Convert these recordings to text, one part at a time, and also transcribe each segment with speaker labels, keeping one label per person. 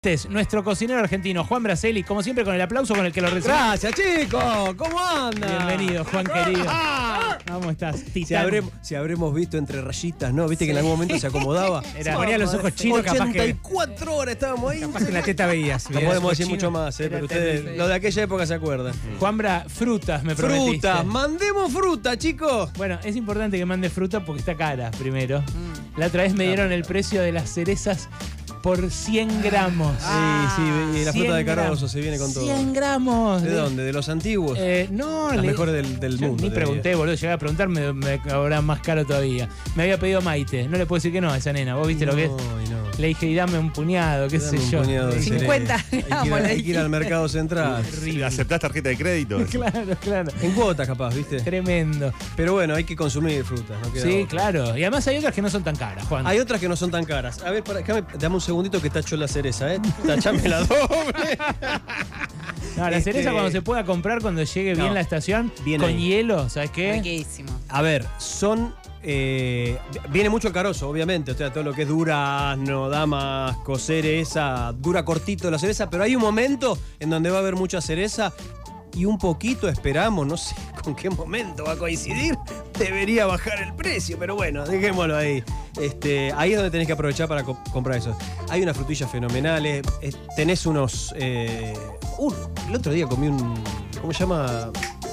Speaker 1: Este es nuestro cocinero argentino, Juan Braceli, como siempre con el aplauso con el que lo recibimos.
Speaker 2: Gracias, chicos. ¿Cómo andan? Ah,
Speaker 1: Bienvenido, Juan querido. ¿Cómo estás?
Speaker 2: Si,
Speaker 1: Titán.
Speaker 2: habremos, si habremos visto entre rayitas, ¿no? ¿Viste que en algún momento se acomodaba?
Speaker 1: Era, ponía los ojos chinos, capaz que,
Speaker 2: 84 horas estábamos ahí.
Speaker 1: capaz que en la teta veías.
Speaker 2: No
Speaker 1: Veías
Speaker 2: podemos decir
Speaker 1: cochino.
Speaker 2: mucho más, ¿eh?
Speaker 1: Era
Speaker 2: Pero ustedes,
Speaker 1: terrible.
Speaker 2: los de aquella época se acuerdan.
Speaker 1: Juan Bra, frutas me prometiste.
Speaker 2: Frutas, mandemos fruta, chicos.
Speaker 1: Bueno, es importante que mande fruta porque está cara, primero.
Speaker 2: Mm.
Speaker 1: La otra vez me dieron el precio de las cerezas por 100 gramos. Ah,
Speaker 2: Sí, sí, Ah, y la
Speaker 1: 100
Speaker 2: fruta de Carabozo
Speaker 1: gramos.
Speaker 2: se viene con todo.
Speaker 1: 100 gramos.
Speaker 2: ¿De dónde? ¿De los antiguos?
Speaker 1: Eh, no,
Speaker 2: Las
Speaker 1: le-
Speaker 2: mejores del, del
Speaker 1: Yo
Speaker 2: mundo.
Speaker 1: Ni
Speaker 2: te diría.
Speaker 1: pregunté, boludo. Llegué a preguntar, me, me cobraba más caro todavía. Me había pedido Maite. No le puedo decir que no a esa nena. ¿Vos viste lo que es?
Speaker 2: No, y no.
Speaker 1: Le dije, y dame un puñado, qué
Speaker 2: Dame
Speaker 1: sé
Speaker 2: un
Speaker 1: yo.
Speaker 2: puñado de
Speaker 3: 50
Speaker 2: cereza. Hay que ir a-
Speaker 3: gramos, le
Speaker 2: Hay que ir al mercado central.
Speaker 1: Horrible.
Speaker 4: ¿Aceptás tarjeta de crédito?
Speaker 1: Claro, claro.
Speaker 2: En cuotas, capaz, ¿viste?
Speaker 1: Tremendo.
Speaker 2: Pero bueno, hay que consumir frutas, ¿no? queda
Speaker 1: Sí,
Speaker 2: otra.
Speaker 1: claro. Y además hay otras que no son tan caras, Juan.
Speaker 2: Hay otras que no son tan caras. A ver, para, déjame- dame un segundito que tacho la cereza, ¿eh? Tachame la doble.
Speaker 1: No, la
Speaker 2: este-
Speaker 1: cereza cuando se pueda comprar, cuando llegue bien
Speaker 2: No.
Speaker 1: la estación,
Speaker 2: Bien
Speaker 1: con
Speaker 2: ahí.
Speaker 1: hielo, ¿sabes qué?
Speaker 3: Riquísimo.
Speaker 2: A ver, son. eh, viene mucho el carozo, obviamente. O sea, todo lo que es durazno, damasco, cereza. Dura cortito la cereza, pero hay un momento en donde va a haber mucha cereza. Y un poquito esperamos, no sé con qué momento va a coincidir. Debería bajar el precio, pero bueno, dejémoslo ahí. Este, ahí es donde tenés que aprovechar para co- comprar eso. Hay unas frutillas fenomenales. eh, tenés unos. eh, uh, el otro día comí un. ¿Cómo se llama?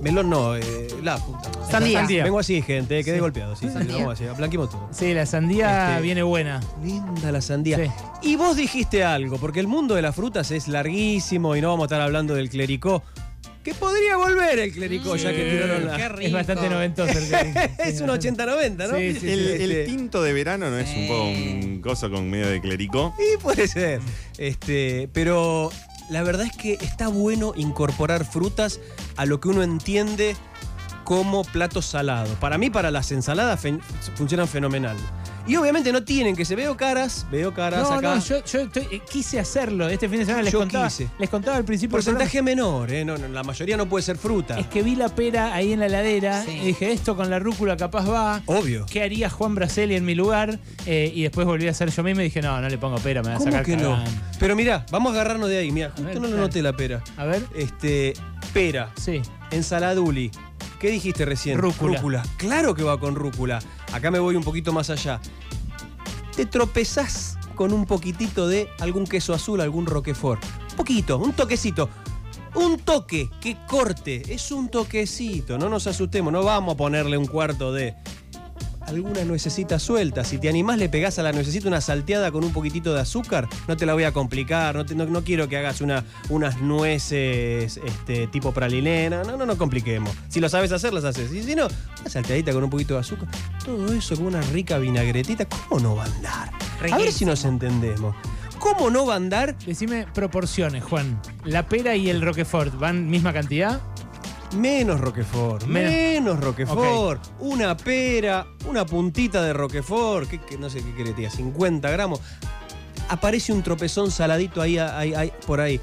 Speaker 2: Melón no, eh, la puta. madre.
Speaker 3: Sandía.
Speaker 1: Sandía.
Speaker 2: Vengo así, gente, eh, quedé
Speaker 1: Sí.
Speaker 2: golpeado. Sí, sí,
Speaker 3: Sandía.
Speaker 2: vamos así, aplanquemos todo.
Speaker 1: Sí, la sandía
Speaker 2: Este-
Speaker 1: viene buena.
Speaker 2: Linda la sandía.
Speaker 1: Sí.
Speaker 2: Y vos dijiste algo, porque el mundo de las frutas es larguísimo y no vamos a estar hablando del clericó. Que podría volver el clericó, ya que tiraron la.
Speaker 1: Es bastante noventoso. el que-
Speaker 2: Es un 80-90, ¿no?
Speaker 1: Sí, sí, sí.
Speaker 4: El, el
Speaker 2: Este,
Speaker 4: tinto de verano no es un poco un coso con medio de clérico.
Speaker 2: Y puede ser. Este, pero la verdad es que está bueno incorporar frutas a lo que uno entiende como platos salados. Para mí, para las ensaladas fen- funcionan fenomenal. Y obviamente no tienen que se veo caras, veo caras
Speaker 1: No,
Speaker 2: acá.
Speaker 1: no, yo, yo estoy- eh, quise hacerlo. Este fin de semana les
Speaker 2: Yo
Speaker 1: contaba.
Speaker 2: quise.
Speaker 1: Les contaba al principio. del
Speaker 2: porcentaje menor, ¿eh? No, no, la mayoría no puede ser fruta.
Speaker 1: programa, Es que vi la pera ahí en la heladera
Speaker 3: Sí.
Speaker 1: y dije, esto con la rúcula capaz va.
Speaker 2: Obvio.
Speaker 1: ¿Qué haría Juan Braceli en mi lugar? Eh, y después volví a hacer yo mismo y dije, no, no le pongo pera, me va a
Speaker 2: ¿Cómo
Speaker 1: sacar
Speaker 2: que no?
Speaker 1: cagando".
Speaker 2: Pero mirá, vamos a agarrarnos de ahí. Mirá,
Speaker 1: ver,
Speaker 2: justo no lo
Speaker 1: dale.
Speaker 2: noté la pera.
Speaker 1: A ver,
Speaker 2: Este, pera,
Speaker 1: sí.
Speaker 2: ensaladuli. ¿Qué dijiste recién?
Speaker 1: Rúcula.
Speaker 2: Claro que va con rúcula. Acá me voy un poquito más allá. Te tropezás con un poquitito de algún queso azul, algún roquefort. Un poquito, un toquecito. Un toque que corte. Es un toquecito. No nos asustemos. No vamos a ponerle un cuarto de. Alguna nuecesita suelta. Si te animás, le pegás a la nuecesita una salteada con un poquitito de azúcar. No te la voy a complicar. No, te- no- no quiero que hagas una, unas nueces este, tipo pralinena. No, no, no compliquemos. Si lo sabes hacer, las haces. Y si no, una salteadita con un poquito de azúcar. Todo eso con una rica vinagretita. ¿Cómo no va a andar? A ver si nos entendemos. ¿Cómo no va a andar?
Speaker 1: Decime proporciones, Juan. ¿La pera y el Roquefort van misma cantidad?
Speaker 2: Menos Roquefort,
Speaker 1: Menos.
Speaker 2: menos, Roquefort, una pera, una puntita de Roquefort, que, que no sé qué querés, tía, 50 gramos. Aparece un tropezón saladito ahí, ahí, ahí, por ahí.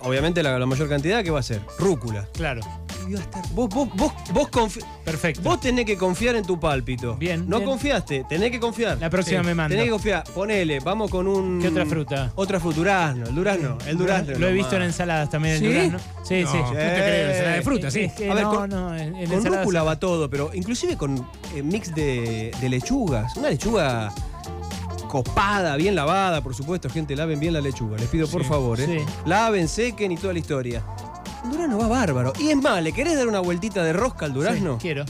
Speaker 2: Obviamente la, la mayor cantidad, ¿qué va a ser? Rúcula.
Speaker 1: Claro,
Speaker 2: Y va a estar- Vos, vos, vos, vos, confi-
Speaker 1: perfecto.
Speaker 2: vos tenés que confiar en tu pálpito.
Speaker 1: Bien,
Speaker 2: No
Speaker 1: bien.
Speaker 2: confiaste, tenés que confiar.
Speaker 1: La próxima me manda.
Speaker 2: Tenés que confiar. Ponele, vamos con un.
Speaker 1: ¿Qué otra fruta?
Speaker 2: Otra fruta, durazno. El durazno, el durazno. es
Speaker 1: Lo he
Speaker 2: más.
Speaker 1: visto en ensaladas también,
Speaker 2: ¿Sí?
Speaker 1: el durazno. Sí, sí.
Speaker 5: No te creo, ensalada de fruta, sí.
Speaker 1: Es que
Speaker 2: A ver,
Speaker 1: no,
Speaker 2: con-
Speaker 1: no, en, en
Speaker 2: Con
Speaker 1: ensaladas-
Speaker 2: rúcula va todo, pero inclusive con eh, mix de, de lechugas. Una lechuga copada, bien lavada, por supuesto, gente, laven bien la lechuga. Les pido por
Speaker 5: Sí,
Speaker 2: favor, ¿eh?
Speaker 1: sí.
Speaker 2: Laven, sequen y toda la historia. Un Durazno va bárbaro. Y es más, ¿le querés dar una vueltita de rosca al
Speaker 1: Sí,
Speaker 2: durazno?
Speaker 1: quiero.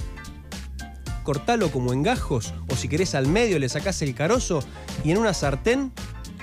Speaker 2: Cortalo como en gajos, o si querés al medio le sacás el carozo y en una sartén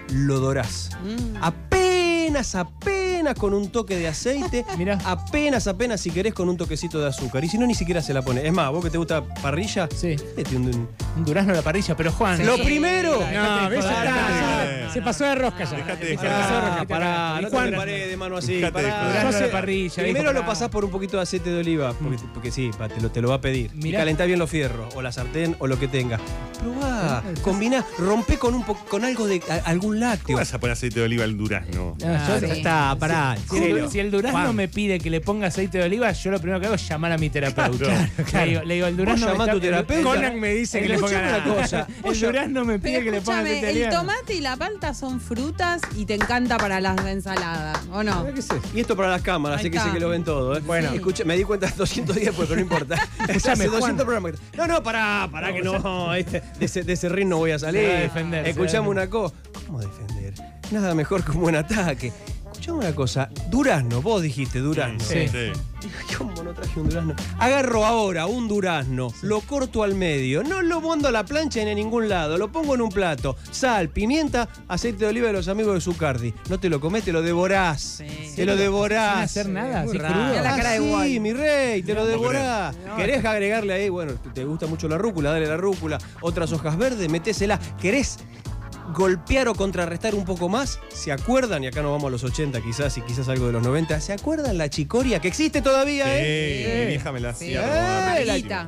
Speaker 2: lo dorás.
Speaker 3: Mm.
Speaker 2: Apenas, apenas con un toque de aceite.
Speaker 1: Mirá.
Speaker 2: Apenas, apenas si querés con un toquecito de azúcar. Y si no, ni siquiera se la pone. Es más, vos que te gusta parrilla.
Speaker 1: Sí.
Speaker 2: metete un- un-
Speaker 1: Un durazno a la parrilla, pero Juan.
Speaker 3: Sí.
Speaker 2: Lo primero.
Speaker 5: No,
Speaker 1: Dejate de
Speaker 5: ves,
Speaker 1: joder, dejate
Speaker 5: ya está,
Speaker 1: de
Speaker 5: ya-
Speaker 1: joder.
Speaker 5: Se pasó de rosca ya.
Speaker 4: Dejate de
Speaker 5: Se
Speaker 4: joder.
Speaker 5: pasó de
Speaker 2: Ah,
Speaker 5: rosca.
Speaker 2: pará, no te
Speaker 1: Juan-
Speaker 2: me paré de mano así.
Speaker 4: Fíjate,
Speaker 2: pará.
Speaker 4: durazno
Speaker 1: de parrilla,
Speaker 2: Primero
Speaker 1: viejo,
Speaker 2: lo
Speaker 1: pará. Mm.
Speaker 2: pasás por un poquito de aceite de oliva, porque, porque sí, pa, te lo, te lo va a pedir.
Speaker 1: Mirá.
Speaker 2: Y calentá bien los fierros, o la sartén, o lo que tenga. Probá, combiná, rompé con, un po- con algo de a- algún
Speaker 4: ¿Qué
Speaker 2: lácteo.
Speaker 4: vas a poner aceite de oliva al durazno?
Speaker 1: Ah, yo-
Speaker 5: Ah, ya está, pará. en
Speaker 1: Si
Speaker 5: serio.
Speaker 1: el, si el durazno
Speaker 5: Juan.
Speaker 1: me pide que le ponga aceite de oliva, yo lo primero que hago es llamar a mi terapeuta.
Speaker 4: Claro,
Speaker 1: Le, digo, le digo, el durazno.
Speaker 2: llamá
Speaker 1: me
Speaker 2: a tu terapeuta.
Speaker 5: Conan me dice que le
Speaker 2: Escuchame
Speaker 5: pongan
Speaker 2: una cosa.
Speaker 1: El
Speaker 2: Vos llam-
Speaker 1: durazno me pide
Speaker 3: Pero
Speaker 1: que le este ponga aceite
Speaker 3: escúchame,
Speaker 1: de
Speaker 3: el
Speaker 1: oliva.
Speaker 3: tomate y la palta plantas son frutas y te encanta para las ensaladas, ¿o no?
Speaker 2: ¿Qué es eso? Y esto para las cámaras,
Speaker 3: Ahí
Speaker 2: sé que sé
Speaker 3: está.
Speaker 2: que lo ven todo. ¿eh?
Speaker 3: Bueno.
Speaker 2: Escucha, me di cuenta 200 días después, pero no importa. Escuchame, 200 programas. No, no, pará, pará que no. este, de, ese, de eh. ese ring no voy a salir.
Speaker 1: Se va a defender, se va
Speaker 2: Escuchame
Speaker 1: a
Speaker 2: una cosa. ¿Cómo defender? Nada mejor que un buen ataque. Escuchame una cosa. Durazno, vos dijiste durazno.
Speaker 1: Sí.
Speaker 4: Sí.
Speaker 2: ¿Cómo no traje un durazno? Agarro ahora un durazno, lo corto al medio, no lo mando a la plancha ni a ningún lado, lo pongo en un plato, sal, pimienta, aceite de oliva de los amigos de Zucardi. No te lo comés, te lo devorás.
Speaker 3: Sí.
Speaker 2: Te lo devorás.
Speaker 1: Sin hacer nada,
Speaker 5: muy
Speaker 1: así
Speaker 5: raro.
Speaker 1: crudo.
Speaker 3: Mirá la cara de
Speaker 2: Ah, sí,
Speaker 3: Wally.
Speaker 2: mi rey, te lo devorás.
Speaker 3: No.
Speaker 2: ¿Querés agregarle ahí? Bueno, te- te gusta mucho la rúcula, dale la rúcula. Otras hojas verdes, metésela. ¿Querés golpear o contrarrestar un poco más? ¿Se acuerdan? Y acá nos vamos a los 80 quizás y quizás algo de los 90. ¿Se acuerdan la chicoria que existe todavía, eh?
Speaker 4: Sí, Mi vieja me la
Speaker 3: Sí.
Speaker 4: hacía.
Speaker 2: Eh, la-
Speaker 3: Amarguita.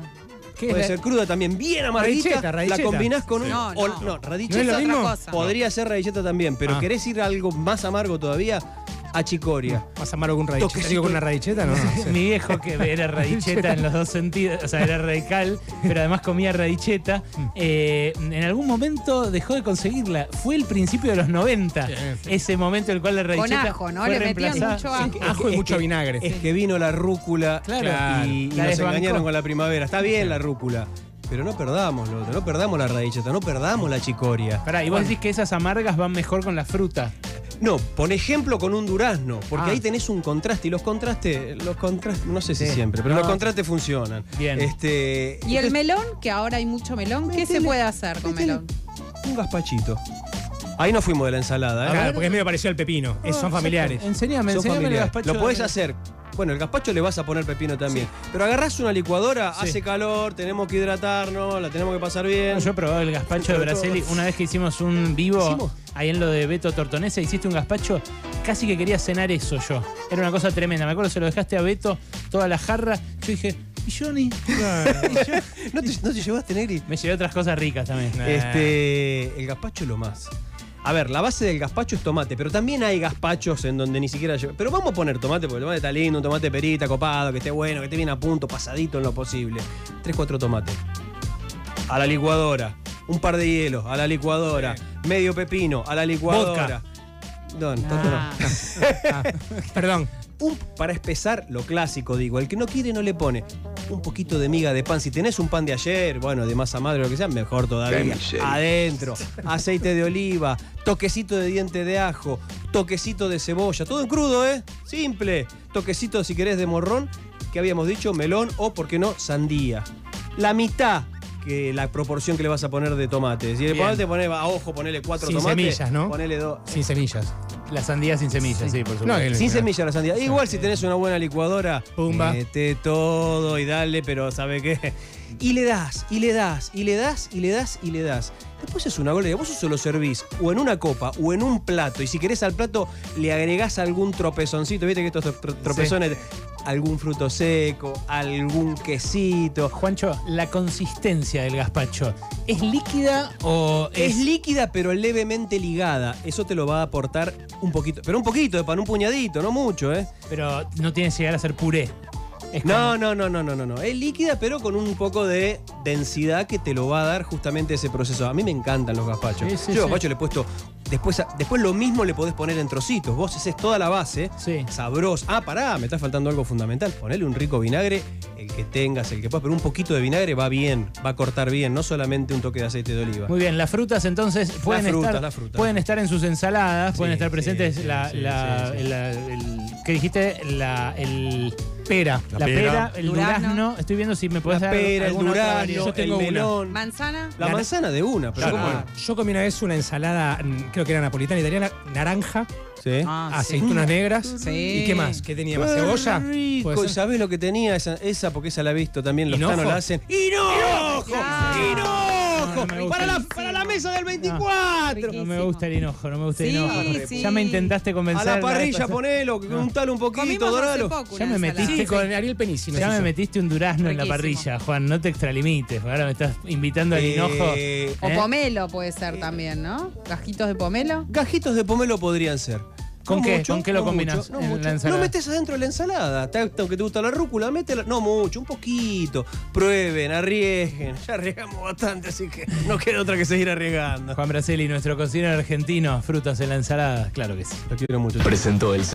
Speaker 5: ¿Qué
Speaker 2: Puede
Speaker 5: es la-
Speaker 2: ser cruda también, bien amarguita.
Speaker 5: Radicheta, radicheta.
Speaker 2: La combinás con
Speaker 4: Sí.
Speaker 2: un.
Speaker 3: No, no.
Speaker 2: o- radicheta
Speaker 5: ¿No es lo
Speaker 3: otra
Speaker 5: mismo?
Speaker 3: cosa.
Speaker 2: podría ser radicheta también, pero
Speaker 5: Ah.
Speaker 2: ¿querés ir a algo más amargo todavía? A chicoria.
Speaker 5: ¿Más amargo que un radicheta?
Speaker 2: Toquecito.
Speaker 5: ¿Digo con una radicheta? No, no sé.
Speaker 1: Mi viejo que era radicheta en los dos sentidos, o sea, era radical, pero además comía radicheta,
Speaker 5: Mm.
Speaker 1: eh, en algún momento dejó de conseguirla. Fue el principio de los 90,
Speaker 5: Sí, sí.
Speaker 1: ese momento en el cual la radicheta
Speaker 3: ajo, ¿no?
Speaker 1: fue
Speaker 3: Le metían
Speaker 1: reemplazada.
Speaker 3: mucho ajo.
Speaker 5: Ajo y mucho vinagre.
Speaker 2: Es que vino la rúcula
Speaker 1: Claro.
Speaker 2: y, y
Speaker 1: La
Speaker 2: nos
Speaker 1: desbancó.
Speaker 2: engañaron con la primavera. Está bien la rúcula, pero no perdamos lo otro, no perdamos la radicheta, no perdamos la chicoria.
Speaker 1: Pará, y vos decís que esas amargas van mejor con la fruta.
Speaker 2: No, por ejemplo con un durazno, porque
Speaker 1: Ah.
Speaker 2: ahí tenés un contraste y los contrastes, los contrastes, no sé si
Speaker 1: Sí.
Speaker 2: siempre, pero
Speaker 1: No,
Speaker 2: los contrastes funcionan.
Speaker 1: Bien.
Speaker 2: Este,
Speaker 3: Y el
Speaker 2: entonces,
Speaker 3: melón, que ahora hay mucho melón, ¿qué se
Speaker 2: Metele-
Speaker 3: puede hacer con
Speaker 2: metele
Speaker 3: melón?
Speaker 2: Un gazpachito. Ahí no fuimos de la
Speaker 5: Ah,
Speaker 2: ensalada, ¿eh?
Speaker 5: claro, porque es medio parecido al pepino. Es-
Speaker 1: Oh,
Speaker 5: son familiares.
Speaker 1: Enseñame,
Speaker 2: Son
Speaker 1: enseñame el
Speaker 2: familiares.
Speaker 1: gazpacho.
Speaker 2: Lo podés hacer. Bueno, el gazpacho le vas a poner pepino también. Pero agarrás una licuadora,
Speaker 1: Sí.
Speaker 2: hace calor, tenemos que hidratarnos, la tenemos que pasar bien.
Speaker 1: No, Yo he probado el gazpacho de
Speaker 2: Sobre
Speaker 1: Brasil
Speaker 2: todo.
Speaker 1: una vez que hicimos un vivo
Speaker 2: ¿Hicimos?
Speaker 1: ahí en lo de Beto Tortonesa, hiciste un gazpacho, casi que quería cenar eso yo. Era una cosa tremenda. Me acuerdo se lo dejaste a Beto, toda la jarra. Yo dije, ¿y Johnny?
Speaker 2: ¿No te, no te llevaste, Negri?
Speaker 1: Me llevé otras cosas ricas también. Eh,
Speaker 5: Nah.
Speaker 2: Eh. Este, el gazpacho es lo más. A ver, la base del gazpacho es tomate, pero también hay gazpachos en donde ni siquiera lleva. Pero vamos a poner tomate, porque el tomate está lindo, un tomate perita, copado, que esté bueno, que esté bien a punto, pasadito en lo posible. Tres, cuatro tomates. A la licuadora. Un par de hielos, a la licuadora. Medio pepino, a la licuadora. No, no, tanto no.
Speaker 3: Ah.
Speaker 5: Ah, perdón.
Speaker 2: Un- para espesar, lo clásico digo, el que no quiere no le pone un poquito de miga de pan. Si tenés un pan de ayer, bueno, de masa madre o lo que sea, mejor todavía. Adentro, aceite de oliva, toquecito de diente de ajo, toquecito de cebolla, todo en crudo, ¿eh? Simple. Toquecito, si querés, de morrón, que habíamos dicho, melón o, por qué no, sandía. La mitad que la proporción que le vas a poner de tomate. Si le
Speaker 1: Bien.
Speaker 2: pones, te pones a ojo, ponele cuatro
Speaker 5: Sin
Speaker 2: tomates.
Speaker 5: semillas, ¿no?
Speaker 2: Ponele dos.
Speaker 5: Sin semillas.
Speaker 1: La sandía sin semillas, sí, por supuesto.
Speaker 5: No, el-
Speaker 2: Sin semilla la sandía. Igual si tenés una buena licuadora,
Speaker 5: Pumba.
Speaker 2: mete todo y dale, pero ¿sabe qué? Y le das, y le das, y le das, y le das, y le das. Después es una golera. Vos eso lo servís o en una copa o en un plato. Y si querés al plato, le agregás algún tropezoncito. Viste que estos tro- tropezones. Algún fruto seco, algún quesito.
Speaker 1: Juancho, la consistencia del gazpacho, ¿es líquida o
Speaker 2: Es líquida pero levemente ligada. Eso te lo va a aportar un poquito. Pero un poquito de pan, un puñadito, no mucho, ¿eh?
Speaker 1: pero no tiene que llegar a ser puré? Es
Speaker 2: No,
Speaker 1: como-
Speaker 2: no, no, no, no, no, no. Es líquida, pero con un poco de densidad que te lo va a dar justamente ese proceso. A mí me encantan los gazpachos.
Speaker 1: Sí, sí,
Speaker 2: Yo
Speaker 1: sí.
Speaker 2: gazpacho le he puesto. Después, a- después lo mismo le podés poner en trocitos. Vos haces toda la base.
Speaker 1: Sí.
Speaker 2: Sabroso. Ah, pará, me está faltando algo fundamental. Ponele un rico vinagre, el que tengas, el que puedas, pero un poquito de vinagre va bien, va a cortar bien, no solamente un toque de aceite de oliva.
Speaker 1: Muy bien, las frutas entonces pueden,
Speaker 2: frutas,
Speaker 1: estar,
Speaker 2: las frutas.
Speaker 1: pueden estar en sus ensaladas, pueden estar presentes
Speaker 5: sí,
Speaker 1: la,
Speaker 5: sí,
Speaker 1: la-
Speaker 5: sí, sí.
Speaker 1: la- el, ¿qué dijiste? La, el,
Speaker 5: Pera.
Speaker 1: la,
Speaker 4: La
Speaker 1: pera,
Speaker 4: pera.
Speaker 1: el
Speaker 3: Durazno.
Speaker 1: durazno. Estoy viendo si me
Speaker 2: la
Speaker 1: puedes dar
Speaker 2: pera, el
Speaker 1: alguna otra
Speaker 2: durazno,
Speaker 1: variedad.
Speaker 5: Yo
Speaker 2: el
Speaker 5: tengo una.
Speaker 2: melón.
Speaker 3: ¿Manzana?
Speaker 2: La manzana de una, pero
Speaker 5: Yo,
Speaker 2: ¿cómo
Speaker 3: Claro.
Speaker 1: Ah.
Speaker 2: no?
Speaker 5: Ah, yo comí una vez una ensalada, mm, creo que era napolitana, italiana, naranja,
Speaker 2: Sí.
Speaker 3: Ah, sí.
Speaker 5: aceitunas negras.
Speaker 3: Sí.
Speaker 5: ¿Y qué más? ¿Qué tenía más?
Speaker 2: Qué
Speaker 5: ¿Cebolla?
Speaker 2: rico.
Speaker 5: ¿Puede
Speaker 2: ¿Y
Speaker 5: ser?
Speaker 2: sabés lo que tenía esa? esa? porque esa la he visto también. Los
Speaker 5: ¿Hinojo?
Speaker 2: tanos la hacen. ¡Hinojo!
Speaker 3: Claro.
Speaker 1: No,
Speaker 2: ¡Hinojo!
Speaker 1: no me gusta.
Speaker 2: para, la, para la mesa del 24.
Speaker 1: No me gusta el enojo, no me gusta
Speaker 3: Sí,
Speaker 1: el enojo.
Speaker 3: sí.
Speaker 1: Ya me intentaste convencer.
Speaker 2: A la
Speaker 1: vez
Speaker 2: parrilla
Speaker 1: pasada.
Speaker 2: ponelo, que untalo un poquito,
Speaker 3: Comimos hace
Speaker 2: doralo.
Speaker 3: poco
Speaker 1: Ya
Speaker 3: una
Speaker 1: me metiste
Speaker 3: ensalada.
Speaker 5: Sí, con Ariel Penici. nos
Speaker 1: Ya me
Speaker 5: hizo.
Speaker 1: metiste un durazno en la
Speaker 3: Riquísimo.
Speaker 1: parrilla, Juan. No te extralimites. Ahora me estás invitando al hinojo.
Speaker 2: Eh,
Speaker 3: O
Speaker 1: ¿Eh?
Speaker 3: pomelo puede ser también, ¿no? Gajitos de pomelo.
Speaker 2: Gajitos de pomelo podrían ser.
Speaker 1: ¿Con
Speaker 2: No
Speaker 1: qué?
Speaker 2: mucho,
Speaker 1: ¿Con qué lo
Speaker 2: no
Speaker 1: combinas
Speaker 2: mucho, no
Speaker 1: en la
Speaker 2: mucho.
Speaker 1: ensalada?
Speaker 2: Lo metes adentro de la ensalada. Te- Aunque te gusta la rúcula, métela. No mucho, un poquito. Prueben, arriesguen. Ya arriesgamos bastante, así que no queda otra que seguir arriesgando.
Speaker 1: Juan Braceli, nuestro cocinero argentino, frutas en la ensalada, claro que sí.
Speaker 2: Lo quiero mucho.
Speaker 6: Presentó el